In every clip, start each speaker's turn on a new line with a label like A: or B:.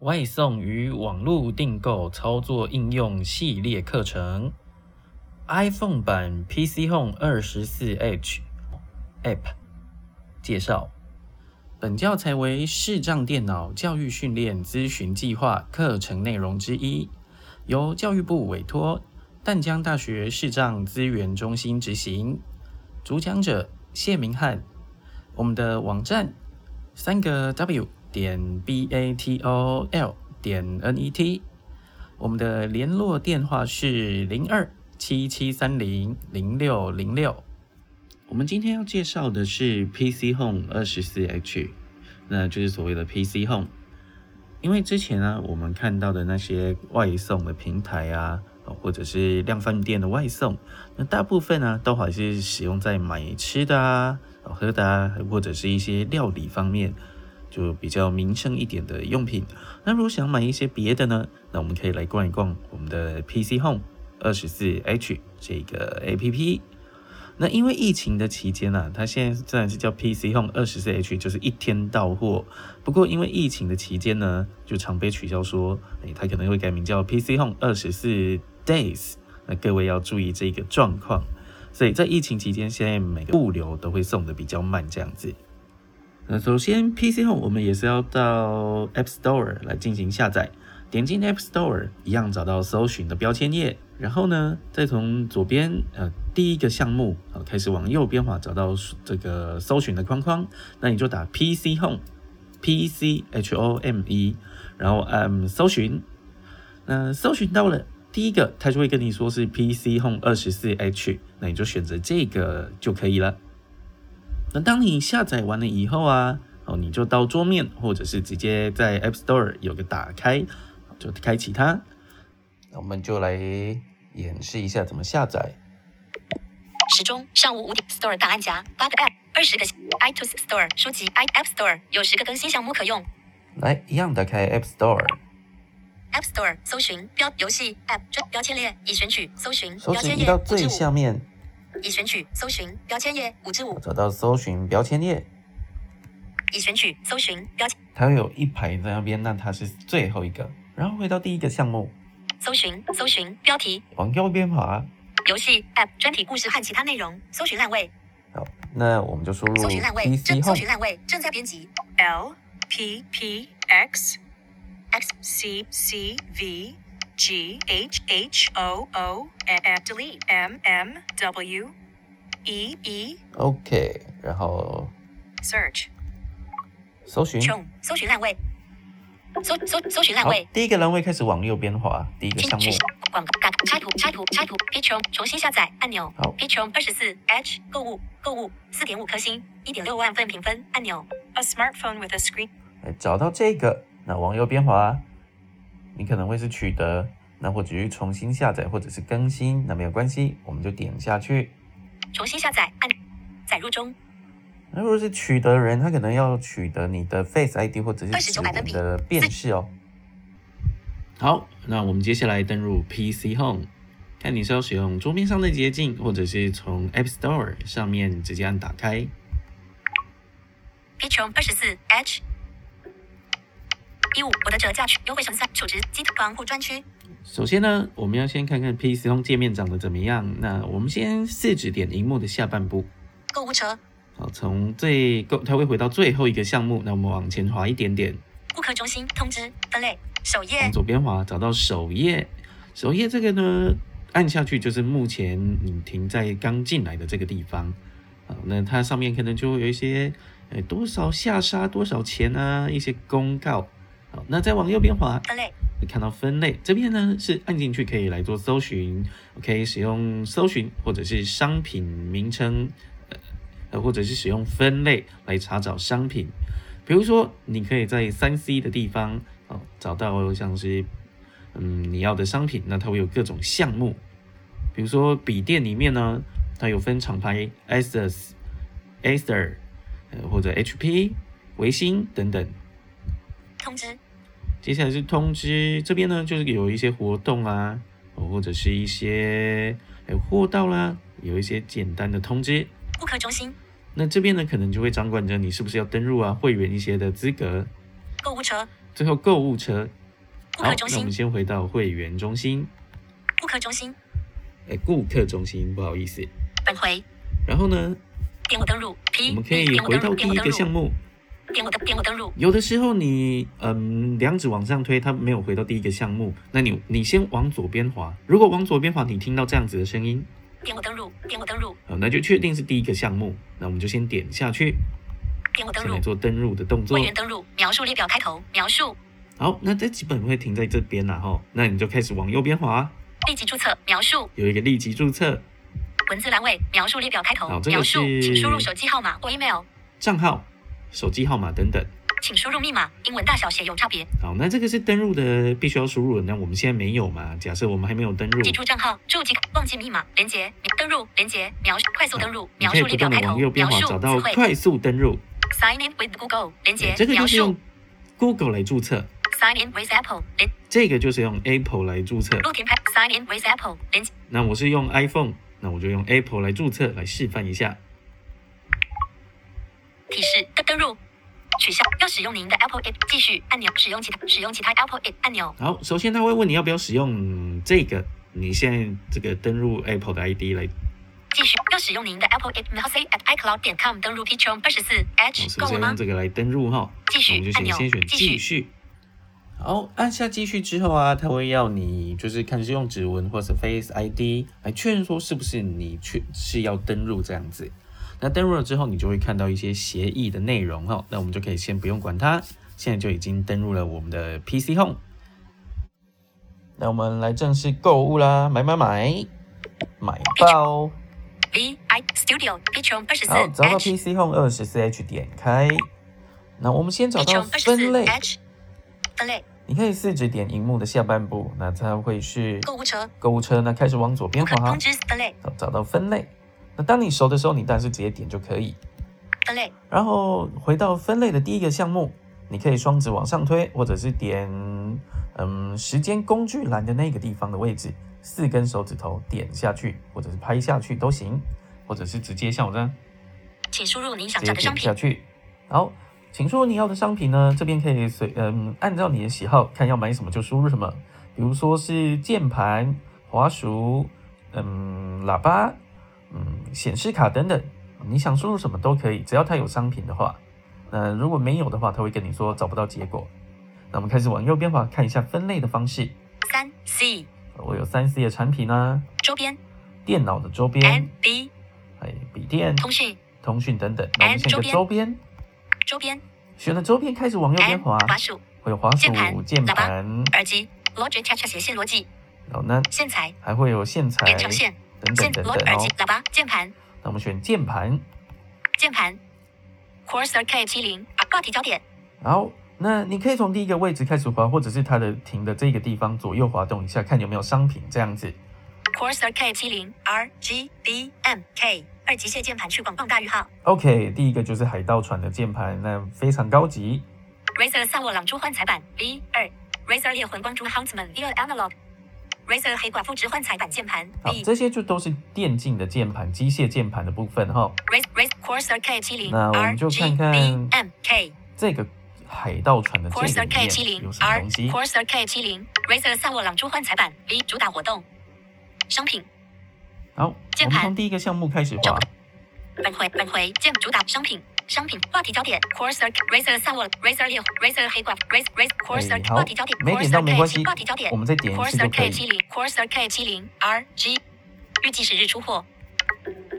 A: 外送与网络订购操作应用系列课程，iPhone 版 PC Home 二十四 H App 介绍。本教材为视障电脑教育训练咨询计划课程内容之一，由教育部委托淡江大学视障资源中心执行。主讲者谢明翰。我们的网站三个 W 点 B A T O L 点 N E T。我们的联络电话是零二七七三零零六零六。我们今天要介绍的是 PC Home 二十四 H，那就是所谓的 PC Home。因为之前呢、我们看到的那些外送的平台啊，呃或者是量贩店的外送，那大部分呢、都还是使用在买吃的啊、呃喝的啊，或者是一些料理方面，就比较民生一点的用品。那如果想买一些别的呢，那我们可以来逛一逛我们的 PC Home 二十四 H 这个 APP。那因为疫情的期间啊，它现在虽然是叫 PC Home 二十四 H，就是一天到货。不过因为疫情的期间呢，就常被取笑说，诶、它可能会改名叫 PC Home 二十四 Days。那各位要注意这个状况。所以在疫情期间，现在每个物流都会送的比较慢这样子。那首先 PC Home 我们也是要到 App Store 来进行下载，点进 App Store 一样找到搜寻的标签页，然后呢，再从左边呃第一个项目呃开始往右边滑，找到这个搜寻的框框，那你就打 PC Home。P C H O M E，然后嗯搜寻，那搜寻到了第一个，它就会跟你说是 P C Home 二十四 H，那你就选择这个就可以了。那当你下载完了以后啊，哦，你就到桌面，或者是直接在 App Store 有个打开，就开启它。那我们就来演示一下怎么下载。
B: 时钟上午五点，Store 大安夹八个 App，二十个 iTunes Store 书籍 i App Store 有十个更新项目可用。
A: 来，一样打开 App Store，
B: App Store 搜寻标游戏 App 专标签列已选取搜寻
A: 搜
B: 标
A: 寻
B: 签
A: 移
B: 页
A: 到
B: 五至
A: 最
B: 五
A: 下面，
B: 已选取搜寻标签页五至五
A: 找到搜寻标签页，
B: 已选取搜寻标签
A: 它会有一排在那边，那它是最后一个。然后回到第一个项目，
B: 搜寻搜寻标题
A: 往右边滑，
B: 游戏 App 专题故事和其他内容搜寻烂位
A: 好，那我们就输入
B: 搜寻烂位
A: PC
B: 正搜
A: Home
B: 寻。烂位正在编辑
C: L P P X
B: X
C: C C V G H H O O and delete M M W E E
A: OK，然后
C: search
A: 搜寻。
B: 穷搜寻烂位搜搜搜寻烂
A: 好
B: 位，
A: 第一个栏位开始往右边滑，第一个
B: 请
A: 项目
B: 取。消广告打插图插图插图 Patreon 重新下载按钮
A: 好
B: Patreon 二十四 H 购物购物四点五颗星一点六万份评分按钮
C: a smartphone with a screen
A: 哎找到这个，那往右边滑，你可能会是取得，那或者是重新下载或者是更新，那没有关系，我们就点下去。
B: 重新下载按钮载入中
A: 那如果是取得人，他可能要取得你的 Face ID 或者是
B: 29
A: 指
B: 百分
A: 纹
B: 比
A: 的辨识哦。好，那我们接下来登入 PC Home，看你是要使用桌面上的捷径，或者是从 App Store 上面直接按打开。
B: Patreon 二十四 H 一五我的折价区优惠省三储值机防护专区
A: 首先呢，我们要先看看 PC Home 界面长得怎么样。那我们先四指点荧幕的下半部，
B: 购物车
A: 好，从最够，它会回到最后一个项目。那我们往前滑一点点，
B: 顾客中心通知分类首页
A: 往左边滑，找到首页。首页这个呢，按下去就是目前你停在刚进来的这个地方。好，那它上面可能就会有一些，呃，多少下杀多少钱啊，一些公告。好，那再往右边滑，
B: 分类
A: 会看到分类这边呢是按进去可以来做搜寻，可以使用搜寻或者是商品名称，呃呃或者是使用分类来查找商品。比如说，你可以在三 C 的地方哦找到像是嗯你要的商品，那它会有各种项目，比如说笔电里面呢，它有分厂牌 ASUS、Acer 呃或者 HP、维新等等。
B: 通知
A: 接下来是通知这边呢，就是有一些活动啊，哦或者是一些哎货到啦，有一些简单的通知。
B: 顾客中心
A: 那这边呢，可能就会掌管着你是不是要登入啊会员一些的资格。
B: 购物车、
A: 最后购物车。
B: 顾
A: 好，
B: 客中
A: 那我们
B: 心、
A: 先回到会员中心，
B: 顾客中心。
A: 哎，顾客中心，不好意思。
B: 返回
A: 然后呢，
B: 点我登录 P，
A: 我们可以
B: 点我
A: 回
B: 登
A: 到
B: 录，
A: 第
B: 点
A: 一
B: 我登
A: 个项
B: 录，
A: 目。
B: 点我登点我登录，
A: 有的时候你嗯两指往上推，它没有回到第一个项目，那你你先往左边滑。如果往左边滑，你听到这样子的声音，
B: 点我登录，点我登录，
A: 好，哦那就确定是第一个项目。那我们就先点下去，
B: 点我登
A: 先来
B: 录。
A: 做登录的动作
B: 会。员登录描述列表开头描述
A: 好，那这基本会停在这边啦吼，那你就开始往右边滑，
B: 立即注册描述
A: 有一个立即注册
B: 文字栏位描述列表开头
A: 哦好这个
B: 描述，
A: 是
B: 请输入手机号码或 email，
A: 账号、手机号码等等。
B: 请输入密码，英文大小写有差别。
A: 好，那这个是登录的必须要输入的，那我们现在没有嘛？假设我们还没有登录，
B: 记住账号，注记忘记密码，连接登入连接描述快速登入
A: 你
B: 描
A: 可以
B: 述
A: 不
B: 列
A: 断
B: 表
A: 的
B: 开头
A: 往右边
B: 描
A: 滑，
B: 述
A: 找
B: 词
A: 到
B: 汇
A: 快速登录。
B: sign in with Google 连接
A: 这个
B: 描
A: 就是
B: 述
A: 用 Google 来注册，
B: sign in with Apple 连
A: 这个就是用 Apple 来注册。
B: 陆田派 sign in with Apple 连接
A: 那我是用 iPhone，那我就用 Apple 来注册，来示范一下。
B: 提示登登入。取消要使用您的 Apple App，继续按钮使用其他使用其他 Apple App 按钮。
A: 好，首先他会问你要不要使用这个，你现在这个登录 Apple 的 ID 来，
B: 继续要使用您的 Apple App Mousey at iCloud.com 登入 p i c t u r e 二十四
A: 我
B: H
A: 是不
B: 够
A: 是
B: 了
A: 要
B: 吗
A: 用？这个来登录哈？
B: 继
A: 那我们
B: 续
A: 就选
B: 按钮
A: 先选，
B: 继
A: 继
B: 续
A: 续。好，按下继续之后啊，他会要你就是看是用指纹或是 Face ID 来确认说是不是你确是要登录这样子。那登录了之后，你就会看到一些协议的内容哈，那我们就可以先不用管它，现在就已经登录了我们的 PC Home。那我们来正式购物啦，买买买，买爆！
B: V I Studio p i c t u r e 二十四
A: 好，找到
B: H
A: PC Home 二十四 H 点开，那我们先找
B: p i c t
A: 到
B: u r e 二十
A: 分
B: 四
A: 类。
B: H 分类
A: 你可以四指点荧幕的下半部，那它会是
B: 购物车
A: 购物车，那开始往左边
B: 可
A: 滑
B: 通，知分类
A: 找找到分类。那当你熟的时候，你当然是直接点就可以。
B: 分类
A: 然后回到分类的第一个项目，你可以双指往上推，或者是点嗯时间工具栏的那个地方的位置，四根手指头点下去，或者是拍下去都行，或者是直接像我这样
B: 请输入您想
A: 直接
B: 啊找的商
A: 点
B: 品
A: 下。去。好，请输入你要的商品呢，这边可以随嗯按照你的喜好看要买什么就输入什么，比如说是键盘、滑鼠、嗯喇叭、嗯显示卡等等，你想输入什么都可以，只要它有商品的话。那如果没有的话，它会跟你说找不到结果。那我们开始往右边滑，看一下分类的方式。
B: 三 C
A: 我有三 C 的产品呢、
B: 周边
A: 电脑的周
B: N
A: 边，
B: B
A: 哎，笔电、
B: 通讯
A: 通讯等等。那我们
B: and
A: 选
B: 周
A: 个
B: 边
A: 周边，
B: 周边
A: 选了周边开始往右边
B: N
A: 滑，
B: 滑鼠
A: 会有滑鼠
B: 键、盘
A: 键
B: 喇叭
A: 盘，
B: 耳机 Logitech 斜线逻辑
A: 然后呢
B: 线材
A: 还会有线材
B: 延长线
A: 等
B: 线
A: 哎等等
B: l
A: 等
B: 耳
A: 哦
B: 机。喇叭键盘
A: 那我们选键盘，
B: 键盘 Corsair K 七零挂体焦点
A: 然后那你可以从第一个位置开始滑，或者是它的停的这个地方左右滑动一下，看有没有商品这样子。
B: Corsair K 七零 R G B M K 二极限键盘去广放大于号
A: OK，第一个就是海盗船的键盘，那非常高级。
B: Razer 萨沃朗珠幻彩版 V 二 Razer 猎魂光珠 Huntsman V 二 Analog Razer 黑寡妇直幻彩版键盘
A: 好
B: V，
A: 这些就都是电竞的键盘、机械键盘的部分哈、
B: Raz Raz Corsair K 七零
A: 那我
B: R
A: 们
B: G
A: 就看
B: B
A: 看
B: M K
A: 这个海盗船的这个
B: Corsair
A: 里
B: K 七零
A: 面有什么
B: R
A: 东西？
B: Corsair K 七零 Razer 萨沃朗珠幻彩版 V 主打活动商品
A: 好，我
B: 键
A: 们
B: 盘
A: 从第一个项目开始
B: 找
A: 滑
B: 不。返回返回键主打商品商品话题焦点 Corsair Razer 萨沃 Razer 猎 Razer 黑寡 Raz Raz
A: 哎
B: Corsair
A: 好
B: 话题焦点，
A: 没点到
B: Corsair
A: 没关
B: K
A: 系
B: 七话题焦点，
A: 我们再点一次就可
B: Corsair K
A: 以。
B: 七零 Corsair K 七零 R G 预计十日出货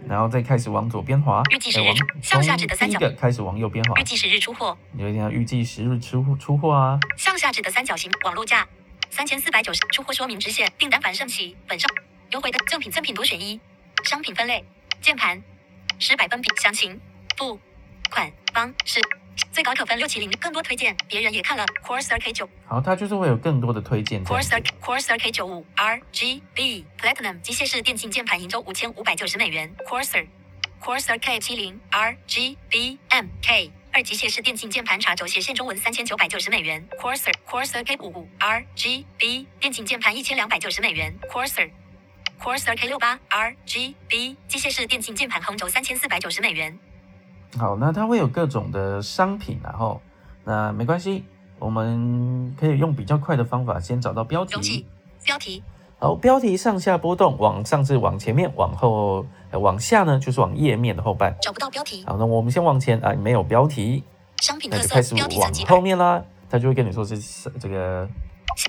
A: 然后再开始往左边滑，
B: 预计
A: 再
B: 时
A: 往
B: 日向下指的
A: 从
B: 三
A: 第一
B: 角
A: 个开始往右边滑
B: 预，计十日出货
A: 你就一定要预计十日出货出货啊。
B: 上下指的三角形网络价三千四百九十出货说明直线订单返盛期本上优惠的赠品赠品多选一商品分类键盘十百分比详情付款方式最高可分六七零更多推荐别人也看了 Corsair K 九
A: 好，它就是会有更多的推荐这样子。
B: Corsair Corsair K 九五 R G B Platinum 机械式电竞键盘营收五千五百九十美元 Corsair Corsair K 七零 R G B M K 二机械式电竞键盘茶轴斜线中文三千九百九十美元 Corsair Corsair K 五五 R G B 电竞键盘一千两百九十美元 Corsair Corsair K 六八 R G B 机械式电竞键盘横轴三千四百九十美元
A: 啊好，那它会有各种的商品、然后那没关系，我们可以用比较快的方法先找到标
B: 容器
A: 题。
B: 标题
A: 好，标题上下波动，往上是往前面，往后、呃往下呢就是往页面的后半。
B: 找不到标题，
A: 好，那我们先往前啊，没有标题，
B: 商品
A: 那
B: 特
A: 就开始
B: 色标题层
A: 往
B: 级
A: 后
B: 二，
A: 面啦。他就会跟你说这是这个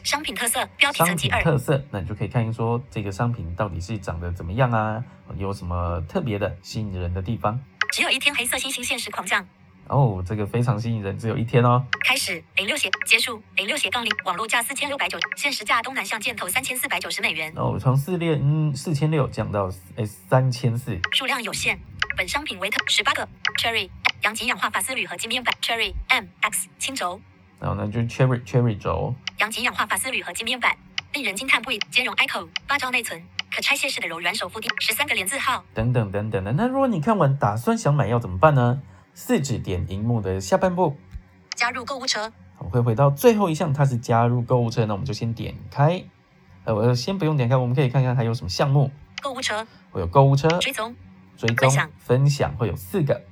B: 商品特色标题
A: 商
B: 层级
A: 品
B: 二，
A: 特色，那你就可以看说这个商品到底是长得怎么样啊，有什么特别的吸引人的地方。
B: 只有一天黑色星星限时狂降，
A: 哦，这个非常吸引人，只有一天哦。
B: 开始零六斜结束零六斜杠零，网络价四千六百九，限时价东南向箭头三千四百九十美元，
A: 那哦我从四列嗯四千六降到哎三千四，
B: 数量有限。本商品为特十八个 Cherry 阳极氧化法丝铝合金面板 Cherry M X 轻轴
A: 然后呢哦就 cherry cherry 轴，
B: 阳极氧化法丝铝合金面板，令人惊叹不已，兼容 ICO 八兆内存，可拆卸式的柔软手扶地，十三个连字号。
A: 等等等等的。那如果你看完打算想买要怎么办呢？四指点荧幕的下半部，
B: 加入购物车，
A: 我会回到最后一项，它是加入购物车，那我们就先点开。呃，我先不用点开，我们可以看看还有什么项目。
B: 购物车
A: 会有购物车
B: 追踪
A: 追
B: 分
A: 踪
B: 享
A: 分享，会有四个。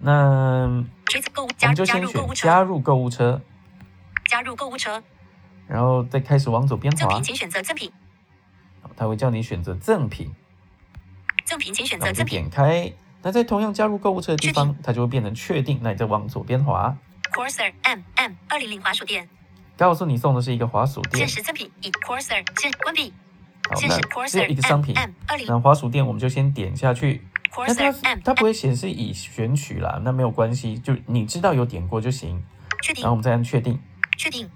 A: 那
B: 追踪购物
A: 我
B: 加
A: 们就
B: 加
A: 先
B: 入购物
A: 选
B: 车
A: 加入购物车，
B: 加入购物车
A: 然后再开始往左边
B: 赠
A: 滑
B: 品，请选择赠品
A: 它会叫你选择赠品。
B: 赠品请选
A: 那我们就
B: 择赠品
A: 点开，那在同样加入购物车的地方，它就会变成确定。那你再往左边滑，
B: Corsair M M 二零零滑鼠店
A: 告诉你送的是一个滑鼠
B: 限
A: 垫。
B: 时赠品已 Corsair 限关闭
A: 好，
B: 限时
A: 那只有
B: Corsair
A: 一个商品。
B: M 二零
A: 那滑鼠垫我们就先点下去。那
B: Corsair
A: 它
B: M
A: 它不会显示已选取啦，那没有关系，就你知道有点过就行。
B: 确
A: 然后我
B: 定
A: 们再按确定。
B: 确定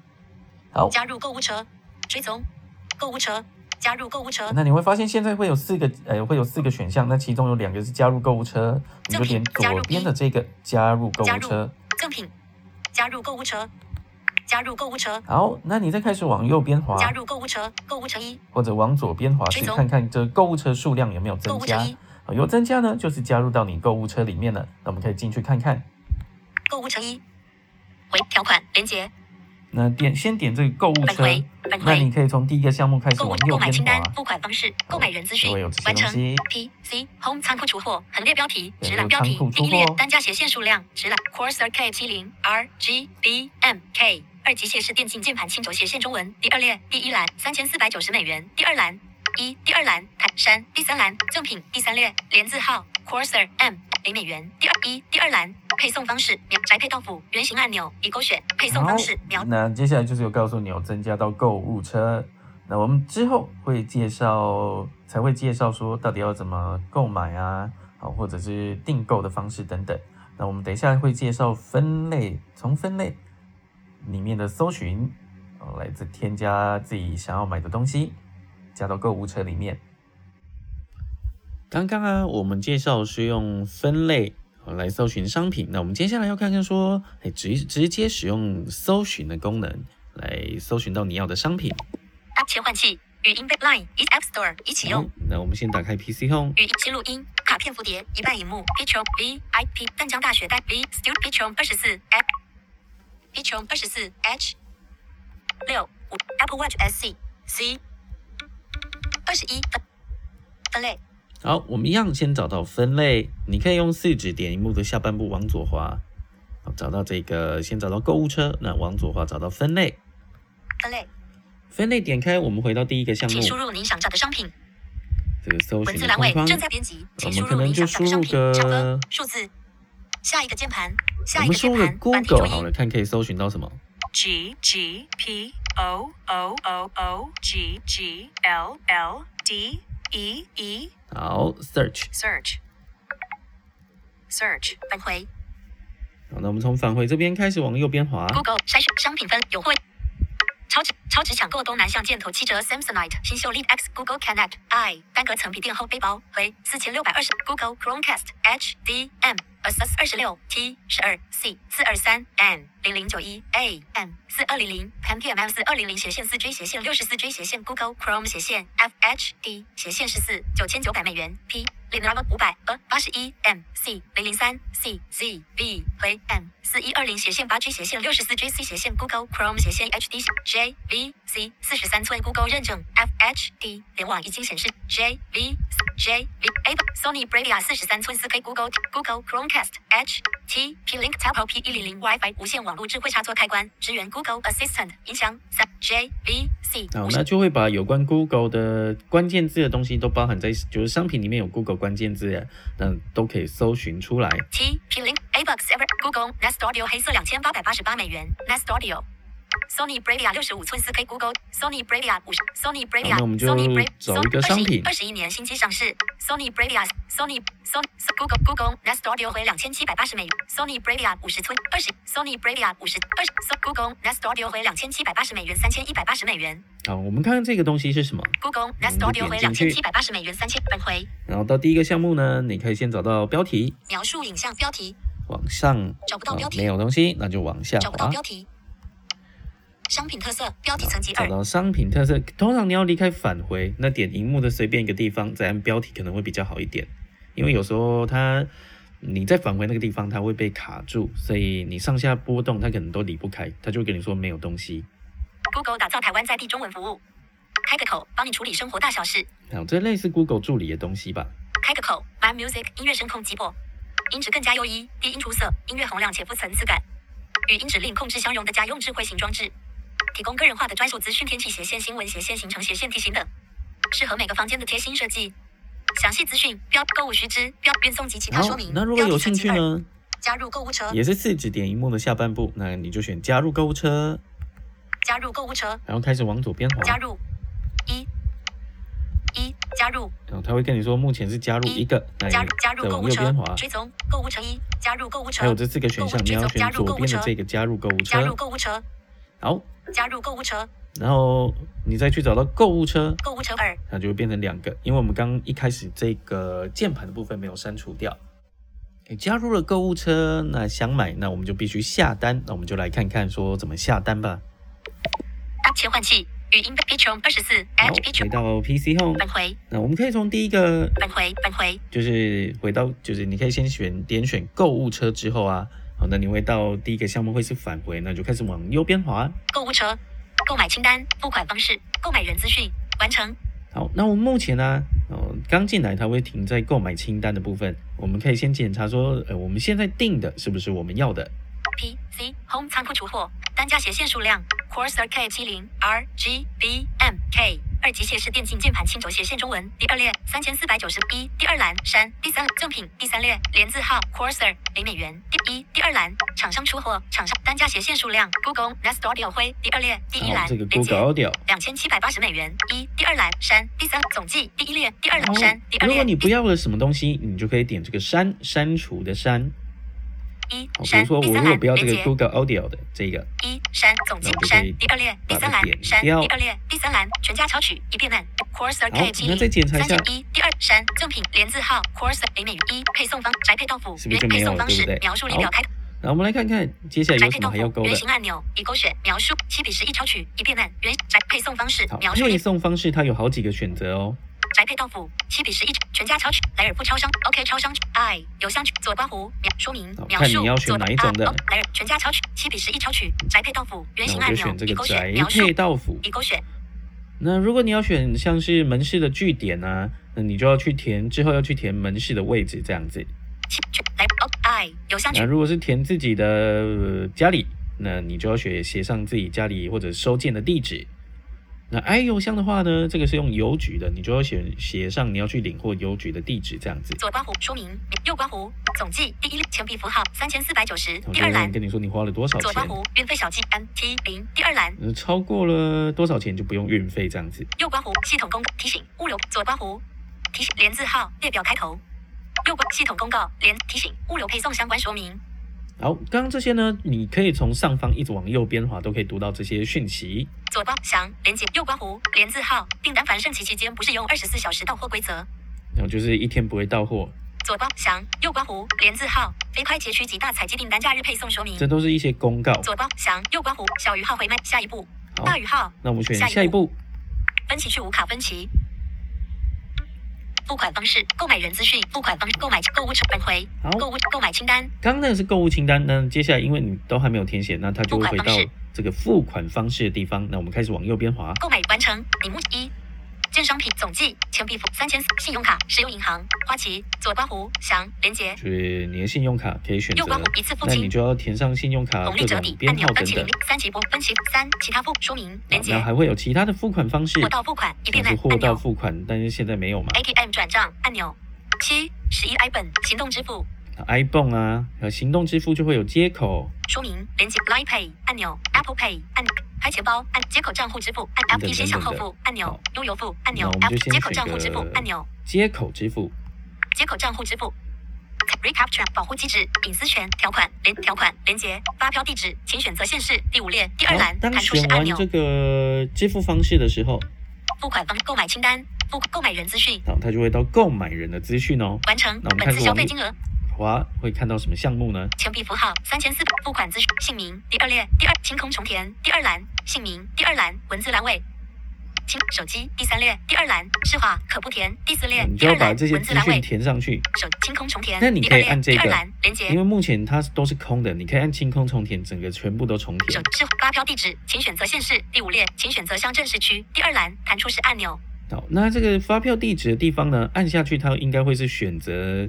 A: 好，
B: 加入购物车追踪购物车加入购物车
A: 那你会发现现在会有四个，呃，会有四个选项，那其中有两个是加入购物车，你就
B: 赠品
A: 点
B: 加入
A: 左边的这个加入购
B: 加
A: 物
B: 入
A: 车。
B: 赠品加入购物车加入购物车
A: 好，那你再开始往右边滑，
B: 加入购物车购物车一
A: 或者往左边滑去
B: 追踪
A: 看看这购物车数量有没有
B: 购
A: 增
B: 物车
A: 加。
B: 一
A: 啊有增加呢，就是加入到你购物车里面了。那我们可以进去看看。
B: 购物车一回条款连接
A: 那点先点这个购物
B: 返
A: 车，
B: 回返
A: 那你
B: 回
A: 可以从第一个项目开始
B: 购物
A: 往右
B: 购买
A: 边
B: 清单
A: 滑，
B: 付款方式购买人资讯
A: 就会有这些
B: 完
A: 东
B: 成
A: 西。
B: P C Home 仓库出货横列标题
A: 对
B: 直栏标题
A: 有仓库出
B: 第
A: 货
B: 一列单价斜线数量直栏 Corsair K 7 0 R G B M K 二级斜式电竞键盘轻轴斜线中文第二列第一栏三千四百九十美元第二栏一第二栏坦山第三栏赠品第三列连字号 Corsair M 零美元第二一第二栏配送方式秒宅配到府圆形按钮已勾选配送方式秒
A: 好，嗯那接下来就是有告诉你有增加到购物车。那我们之后会介绍，才会介绍说到底要怎么购买啊，好，或者是订购的方式等等。那我们等一下会介绍分类，从分类里面的搜寻，哦，来自添加自己想要买的东西，加到购物车里面。刚刚啊，我们介绍是用分类呃来搜寻商品，那我们接下来要看看说，哎，直直接使用搜寻的功能来搜寻到你要的商品。
B: App 切换器语音被 Line 一 App Store 一起用
A: 好。那我们先打开 PC Home，
B: 语音新录音卡片蝴蝶一半荧幕 Picture V I P 淡江大学带 V Stu Picture 二十四 F Picture 二十四 H 六五 Apple Watch S C C 二十一分分类
A: 好，我们一样先找到分类，你可以用四指点荧幕的下半部往左滑，好找到这个，先找到购物车，那往左滑找到分类，
B: 分类，
A: 分类点开，我们回到第一个项目
B: 请，输入您想找的商品。
A: 这个搜
B: 文
A: 寻
B: 字
A: 的
B: 栏
A: 框
B: 位
A: 框，
B: 正在编辑，
A: 我
B: 请
A: 们
B: 输
A: 可
B: 入
A: 能
B: 您
A: 就
B: 想
A: 输
B: 找的商
A: 入
B: 品、唱
A: 个
B: 歌、，数字。下一个键盘，
A: 我
B: 下一
A: 们
B: 个
A: 输
B: 键
A: 入
B: 盘，软体注
A: Google 好了，
B: 音，
A: 看可以搜寻到什么。
C: G G P O O O O G G L L D E E
A: 好，search，
C: search search
B: 返回
A: 好，那我们从返回这边开始往右边滑，
B: Google 筛选商品分有惠。超值超值抢购东南向箭头七折 Samsonite 新秀 Lead X Google Connect i 单隔层皮垫后背包回四千六百二十 Google Chromecast HDM Asus 二十六 T 十二 C 四二三 M 零零九一 A M 四二零零 p a n p M 四二零零斜线四 G 斜线六十四 G 斜线 Google Chrome 斜线 FHD 斜线十四九千九百美元 P Lenovo 五百 N 八十一 M C 零零三 C Z V 回 M 四一二零斜线八 G 斜线六十四 G C 斜线 Google Chrome 斜线 HD J V C 四十三寸 Google 认证 F H D 联网已经显示 J V J V A Sony Bravia 四十三寸四 K Google Google Chromecast H T P Link Type P 一零零 WiFi 无线网络智慧插座开关，支援 Google Assistant 音箱三 J V C
A: 好
B: 五，
A: 那
B: 十
A: 就会把有关 Google 的关键字的东西都包含在，就是商品里面有 Google 关键字，那都可以搜寻出来。
B: T P Link A Box Ever Google Nest Audio 黑色两千八百八十八美元 Nest Audio。Sony Bravia 六十五寸四 K Google Sony Bravia 五十 Sony
A: 好
B: Bravia
A: 那我们就
B: Sony Bravia
A: 找一个商品
B: 二十一年新机上市 Sony Bravia Sony Sony Google Google Nest Audio 回两千七百八十美元 Sony Bravia 五十寸二十 Sony Bravia 五十二十 Google Nest Audio 回两千七百八十美元三千一百八十美元
A: 好，我们看看这个东西是什么。
B: Google
A: 我们
B: Nest
A: 就
B: Audio
A: 嗯
B: 回
A: 点
B: 两
A: 进
B: 千
A: 去
B: 七百八十美元三千本回
A: 然后到第一个项目呢，你可以先找到标题，
B: 描述影像标题
A: 往上，
B: 找不到
A: 啊
B: 标题
A: 没有东西，那就往下
B: 找不到
A: 滑，
B: 标题商品特色标题层级
A: 找
B: 二
A: 到商品特色。通常你要离开返回，那点荧幕的随便一个地方，再按标题可能会比较好一点，因为有时候它你再返回那个地方，它会被卡住，所以你上下波动，它可能都离不开，它就会跟你说没有东西。
B: Google 打造台湾在地中文服务。开个口，帮你处理生活大小事。
A: 好，这类似 Google 助理的东西吧。
B: 开个口，My Music 音乐声控击破，音质更加优异，低音出色，音乐洪亮且富层次感，与音质令控制相融的家用智慧型装置，提供个人化的专属资讯，天气斜线、新闻斜线、行程斜线、地形等，适合每个房间的贴心设计。详细资讯标购物须知标运送及其他
A: 然
B: 说
A: 后
B: 明。，
A: 哦那如果
B: 标
A: 有
B: 题
A: 兴
B: 层
A: 趣
B: 级二？
A: 呢，
B: 加入购物车，
A: 也是四指点荧幕的下半部，那你就选加入购物车，
B: 加入购物车，
A: 然后开始往左边滑，
B: 加入一一加入
A: 然后它会跟你说目前是加入一个，那你
B: 加入加入
A: 再
B: 购
A: 往
B: 物
A: 右
B: 车
A: 边滑，
B: 追踪购物车一加入购物车，
A: 还有这四个选项，你要选
B: 加入
A: 左
B: 购物
A: 边
B: 车
A: 的这个加入购物
B: 加入
A: 车，
B: 购物车
A: 好，
B: 加入购物车
A: 然后你再去找到购物车，
B: 购物车二
A: 它就会变成两个，因为我们刚一开始这个键盘的部分没有删除掉。诶加入了购物车，那想买，那我们就必须下单。那我们就来看看说怎么下单吧。
B: App 切换器语音 p i c t u r e 二十四
A: 好
B: H p i，
A: 回
B: c t u r e
A: 到 PC Home，
B: 返回
A: 那我们可以从第一个
B: 返回返回
A: 就是回到，就是你可以先选点选购物车之后啊，好，那你会到第一个项目会是返回，那你就开始往右边滑。
B: 购物车购买清单付款方式购买人资讯完成
A: 好，那我们目前呢、哦，刚进来它会停在购买清单的部分，我们可以先检查说，呃，我们现在订的是不是我们要的？
B: PC Home 仓库出货单价斜线数量 Corsair K 七零 R G B M K 二机械式电竞键盘轻轴斜线中文第二列三千四百九十一第二栏删第三赠品第三列连字号 Corsair 零美元第一第二栏厂商出货厂商单价斜线数量 Google Nest Audio 灰第二列第一
A: 好，
B: 栏
A: 哦这个
B: 连接
A: Google Audio。
B: 两千七百八十美元一第二栏删第三总计第一列第二
A: 然
B: 栏
A: 后
B: 删第，二
A: 哦如
B: 列
A: 果你不要了什么东西，你就可以点这个删删除的删。
B: 一
A: 好，哦比如
B: 删
A: 说我
B: 第
A: 如
B: 三
A: 果
B: 栏
A: 不要这
B: 连
A: 个
B: 接
A: Google Audio 的这个，
B: 一删总
A: 那
B: 计
A: 我就可
B: 删
A: 以
B: 第二列第
A: 把它
B: 三栏
A: 点
B: 删第
A: 掉
B: 二列第三栏全家超取一变慢 Corsair
A: 好
B: K 七
A: 那再检
B: 零
A: 查一
B: 三
A: 下
B: 千一第二删赠品连字号 Corsair 北美元一配送方宅配到府
A: 是不是就没
B: 配
A: 有
B: 送
A: 了
B: 方
A: 对不
B: 式
A: 对
B: 描述列
A: 好
B: 表开
A: 然后我们来看看接下来
B: 宅
A: 有
B: 配
A: 什么
B: 到
A: 还要
B: 府
A: 勾
B: 圆
A: 的。
B: 形按钮已勾选描述七比十一超取一变慢原宅配送方式
A: 好，
B: 描述
A: 配
B: 列
A: 送方式它有好几个选择哦。
B: 宅配到府七比十一全家超取莱尔富超商 OK 超商 I 邮箱左刮胡描说明
A: 好
B: 描
A: 看
B: 述
A: 你要选
B: 左
A: 哪一种的
B: 啊哦莱尔全家超取七比十一超取宅配到府
A: 那
B: 圆形
A: 我就
B: 按钮
A: 选这
B: 已
A: 个
B: 勾选
A: 宅
B: 描述
A: 配到府。
B: 已勾选
A: 那如果你要选像是门市的据点啊，那你就要去填之后要去填门市的位置这样子。
B: 七取莱尔哦 I 邮箱
A: 那
B: 取
A: 如果是填自己的、呃家里，那你就要写写上自己家里或者收件的地址。那 i 邮箱的话呢，这个是用邮局的，你就要写写上你要去领货邮局的地址这样子。
B: 左刮胡说明右刮胡总计第一列前笔符号三千四百九十
A: 我
B: 第
A: 就
B: 二
A: 会
B: 栏
A: 跟你说你花了多少
B: 左刮
A: 钱，
B: 胡运费小计 N T 零第二栏
A: 呃超过了多少钱就不用运费这样子。
B: 右刮胡系统公告提醒物流左刮胡提醒连字号列表开头右刮系统公告连提醒物流配送相关说明
A: 好，刚刚这些呢，你可以从上方一直往右边滑，都可以读到这些讯息。
B: 左刮详连接右刮胡连字号订单繁盛期期间不适用二十四小时到货规则。
A: 然后就是一天不会到货，
B: 左刮详右刮胡连字号飞快街区及大采集订单假日配送说明。
A: 这都是一些公告。
B: 左刮详右刮胡小于号回慢下一步
A: 好，
B: 大于号
A: 那我们选
B: 嗯下一步
A: 下一步，
B: 分期去无卡分期。付款方式：购买人资讯，付款方式购买购物车返回
A: 好，
B: 购物购买清单，
A: 刚刚那个是购物清单，那接下来因为你都还没有填写，那它就会回到
B: 付款方式
A: 这个付款方式的地方。那我们开始往右边滑，
B: 购买完成。你目一建商品总计钱币服三千四，信用卡、石油银行、花旗、左刮胡、翔、联捷、
A: 去你的信用卡可以选择
B: 右刮胡，一次付
A: 那你
B: 清，
A: 就要填上信用卡
B: 红
A: 各
B: 利折
A: 种
B: 抵按
A: 编
B: 钮
A: 号，等
B: 分期
A: 等
B: 零。三级拨分期三，其他付说明，
A: 然
B: 联
A: 后
B: 捷、
A: 还会有其他的付款方式，
B: 货到付款一
A: 像
B: 变
A: 是
B: 慢
A: 货
B: 按
A: 到
B: 钮哎
A: 付款，但是现在没有嘛。
B: ，ATM 转账按钮，七十一 i 本行动支付
A: iPhone 啊，还有行动支付就会有接口
B: 说明，联接 Line Pay 按钮，Apple Pay 按钮，拍钱包按接口账户支付按
A: 等等
B: FTC
A: 等
B: 向后
A: 等
B: 付按钮
A: 好，
B: 悠游付按钮
A: 那我们就
B: ，F
A: 先
B: 接口账户支付
A: 选个
B: 按钮，
A: 接口支付，
B: 接口账户支付。Recapture 保护机制、隐私权条款、连条款、连接、发票地址，请选择县市第五列第二
A: 好
B: 栏
A: 当
B: 弹出式
A: 选
B: 按
A: 完
B: 钮
A: 这。个支付方式的时候，
B: 付款方购买清单、付购买人资讯、
A: 好，它就会到购买人的资讯哦。
B: 完成
A: 那我们
B: 本
A: 看
B: 次
A: 过
B: 消
A: 网
B: 费
A: 页
B: 金额、
A: 哇，会看到什么项目呢？
B: 钱币符号三千四百，付款资讯、姓名第二列第二清空重填第二栏姓名第二栏文字栏位。清手机第三列第二栏是话可不填第四列
A: 嗯你
B: 第
A: 就要
B: 二
A: 把
B: 栏
A: 这些
B: 文字
A: 资
B: 栏
A: 讯
B: 位
A: 填上去，
B: 手清空重填
A: 那你
B: 第
A: 可
B: 二
A: 以
B: 列
A: 按这
B: 第二
A: 个
B: 栏连接
A: 因为目前它都是空的，你可以按清空重填，整个全部都重
B: 手
A: 填。
B: 是发票地址，请选择县市第五列，请选择乡镇市区第二栏弹出式按钮
A: 好，那这个发票地址的地方呢，按下去它应该会是选择，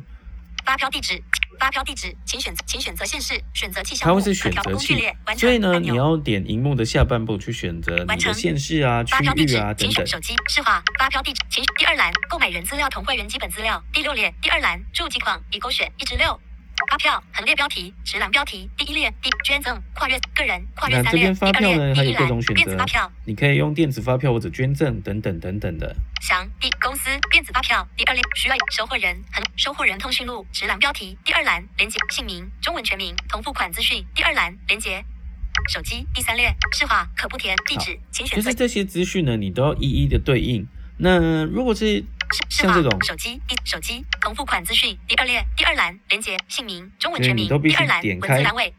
B: 发票地址。发票地址，请选请选择县市，选择气象
A: 它
B: 部
A: 会是
B: 可
A: 选
B: 调
A: 择
B: 工具
A: 性
B: 列，完，成
A: 所以呢，
B: 按
A: 你
B: 钮
A: 要点荧幕的下半部去选择
B: 完
A: 你的
B: 成
A: 县市啊、区
B: 发票地
A: 域
B: 址
A: 啊，等
B: 请
A: 等
B: 选。手机是话发票地址，请选第二栏购买人资料同会员基本资料第六列第二栏注记框已勾选一至六。发票横列标题、直栏标题、第一列、第捐赠、跨越个人、跨越
A: 那
B: 三
A: 这
B: 列、
A: 边
B: 第
A: 发
B: 二
A: 票
B: 列、
A: 呢，
B: 第
A: 它
B: 一
A: 有各
B: 栏
A: 种选
B: 电子
A: 择
B: 发票、，
A: 你可以用电子发票或者捐赠等等等等的。
B: 详第公司电子发票第二列需要收货人横收货人通讯录直栏标题第二栏连接姓名中文全名同付款资讯第二栏连接手机第三列是话可不填地址请选
A: 就
B: 择
A: 是这些资讯呢，你都要一一的对应。那如果是
B: 是
A: 像
B: 吧
A: 这种
B: 手机第手机同付款资讯第二列第二栏连接姓名中文
A: 所以
B: 全
A: 你
B: 名
A: 都必
B: 第
A: 须
B: 二栏
A: 点
B: 文
A: 开
B: 字栏位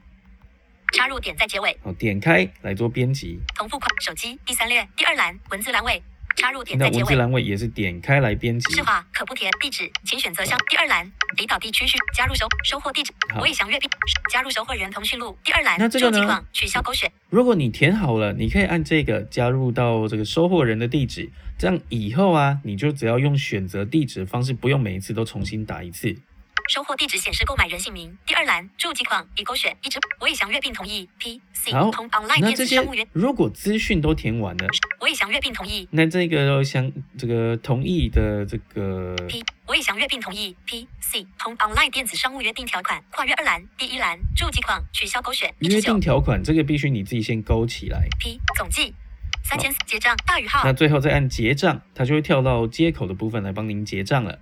B: 插入点在结尾
A: 哦，点开来做编辑，
B: 同付款手机第三列第二栏文字栏位插入点
A: 那
B: 在结
A: 文字
B: 尾
A: 栏位也是点开来编辑
B: 是。话可不填地址请选择项第二栏离岛地区是加入收收货地址
A: 好
B: 我也想阅兵加入收货人通讯录第二栏
A: 那这个
B: 注记
A: 呢
B: 框取消勾选
A: 如果你填好了，你可以按这个加入到这个收货人的地址，这样以后啊，你就只要用选择地址的方式，不用每一次都重新打一次。
B: 收货地址显示购买人姓名第二栏注记框已勾选一直我也想阅并同意 P C
A: 好
B: 通 online
A: 那
B: 电
A: 这
B: 子
A: 些
B: 商务员
A: 如果资讯都填完了，
B: 我也想阅并同意
A: 那这个相这个同意的这个
B: P，我也详阅并同意 P C 通 online 电子商务约定条款跨越二栏第一栏注记框取消勾选一
A: 约
B: 至九
A: 定条款，这个必须你自己先勾起来。
B: P 总计三千结账大于号
A: 那最后再按结账，它就会跳到接口的部分来帮您结账了。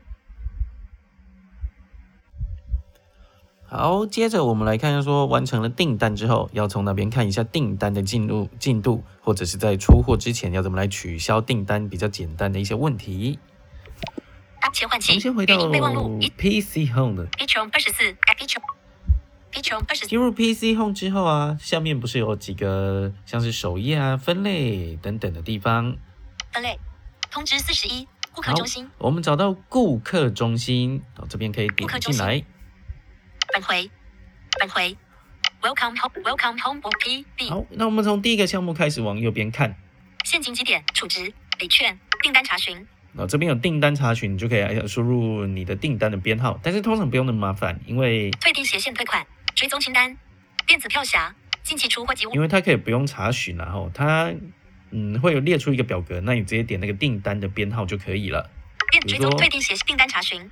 A: 好，接着我们来看说完成了订单之后，要从那边看一下订单的进入进度，或者是在出货之前要怎么来取消订单比较简单的一些问题。
B: App 切换
A: 我
B: 器
A: 们先回
B: 语
A: 到
B: 音备忘录一
A: PC Home 的，
B: p i t r o m 二十四 p i t r o m p i t r o m 二十四
A: 进入 PC Home 之后啊，下面不是有几个像是首页啊、分类等等的地方，
B: 分类通知四十一顾客
A: 好
B: 中心
A: 我们找到顾客中心，哦，这边可以点
B: 顾客中
A: 进
B: 心
A: 来。
B: 返回返回 Welcome home Welcome home P B
A: 好，那我们从第一个项目开始往右边看，
B: 现金几点储值礼券订单查询
A: 那、哦这边有订单查询，你就可以呃输入你的订单的编号，但是通常不用那么麻烦，因为
B: 退订斜线退款追踪清单电子票匣近期出货及物
A: 因为它可以不用查询、然后它嗯会有列出一个表格，那你直接点那个订单的编号就可以了。
B: 电
A: 比
B: 追
A: 如
B: 踪
A: 说
B: 退订协订单查询，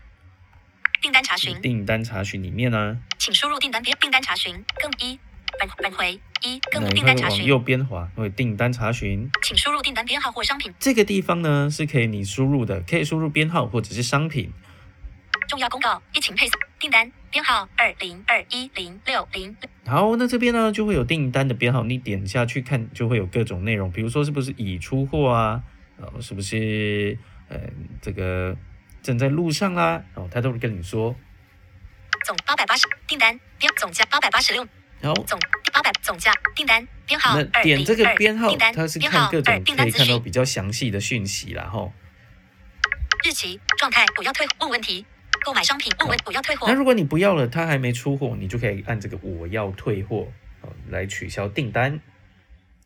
B: 订单查询，
A: 订单查询里面啊呢、
B: 请输入订单编订单查询更一返返回一
A: 那
B: 更
A: 你
B: 订
A: 会
B: 单查
A: 往
B: 询
A: 右，边滑，会有订单查询
B: 请输入订单编号或商品
A: 这个地方呢是可以你输入的，可以输入编号或者是商品。
B: 重要公告，一请配送订单编号二零二一零六零
A: 好，那这边呢就会有订单的编号，你点下去看就会有各种内容，比如说是不是已出货啊，哦，是不是呃这个正在路上啦、哦，他都会跟你说。
B: 总八百八十订单编总价八百八十六
A: 然后
B: 总八百总价订单编号
A: 那
B: 哦二
A: 点
B: 零
A: 这个
B: 二
A: 编号
B: 订，单
A: 它是
B: 编
A: 看
B: 号
A: 各
B: 二
A: 种
B: 订
A: 可
B: 单
A: 以
B: 资
A: 看到
B: 讯
A: 比较详细的讯息啦，吼。
B: 日期状态不要退问问题购买商品问问不要退货
A: 哦那如果你不要了，它还没出货，你就可以按这个我要退货哦来取消订单。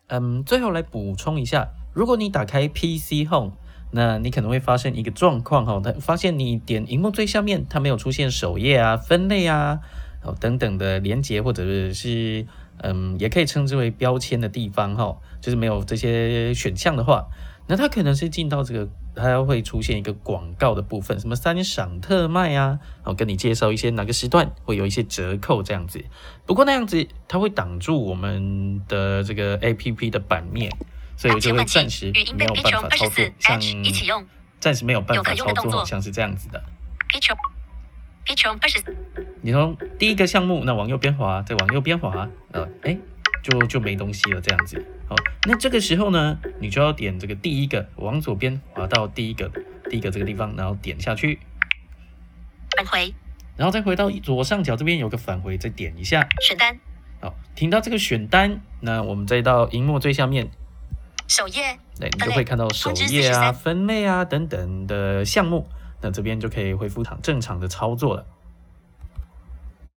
A: 嗯，最后来补充一下，如果你打开 PC Home，那你可能会发现一个状况哈，它发现你点荧幕最下面，它没有出现首页啊、分类啊、哦等等的连接，或者是嗯，也可以称之为标签的地方哈，就是没有这些选项的话，那它可能是进到这个，它会出现一个广告的部分，什么三赏特卖啊，哦，跟你介绍一些哪个时段会有一些折扣这样子。不过那样子它会挡住我们的这个 A P P 的版面，所以我就
B: 请
A: 会
B: 唤
A: 暂时
B: 器语音
A: 没
B: 被
A: 有
B: P
A: 办
B: o
A: 法
B: 二
A: 操
B: 十
A: 作
B: 四，
A: 像
B: H 一起用
A: 暂时没有办
B: 有
A: 法
B: 可用
A: 操
B: 的
A: 作，
B: 动作
A: 好像是这样子的。
B: P o P o 二十四
A: 你从第一个项目，那往右边滑，再往右边滑，呃，哎，就就没东西了，这样子。好，那这个时候呢，你就要点这个第一个，往左边滑到第一个，第一个这个地方，然后点下去，
B: 返回
A: 然后再回到左上角这边有个返回，再点一下。
B: 选单
A: 好，听到这个选单，那我们再到荧幕最下面，
B: 首页
A: 对，你就会看到首页啊、分类啊等等的项目。那这边就可以恢复正常的操作了。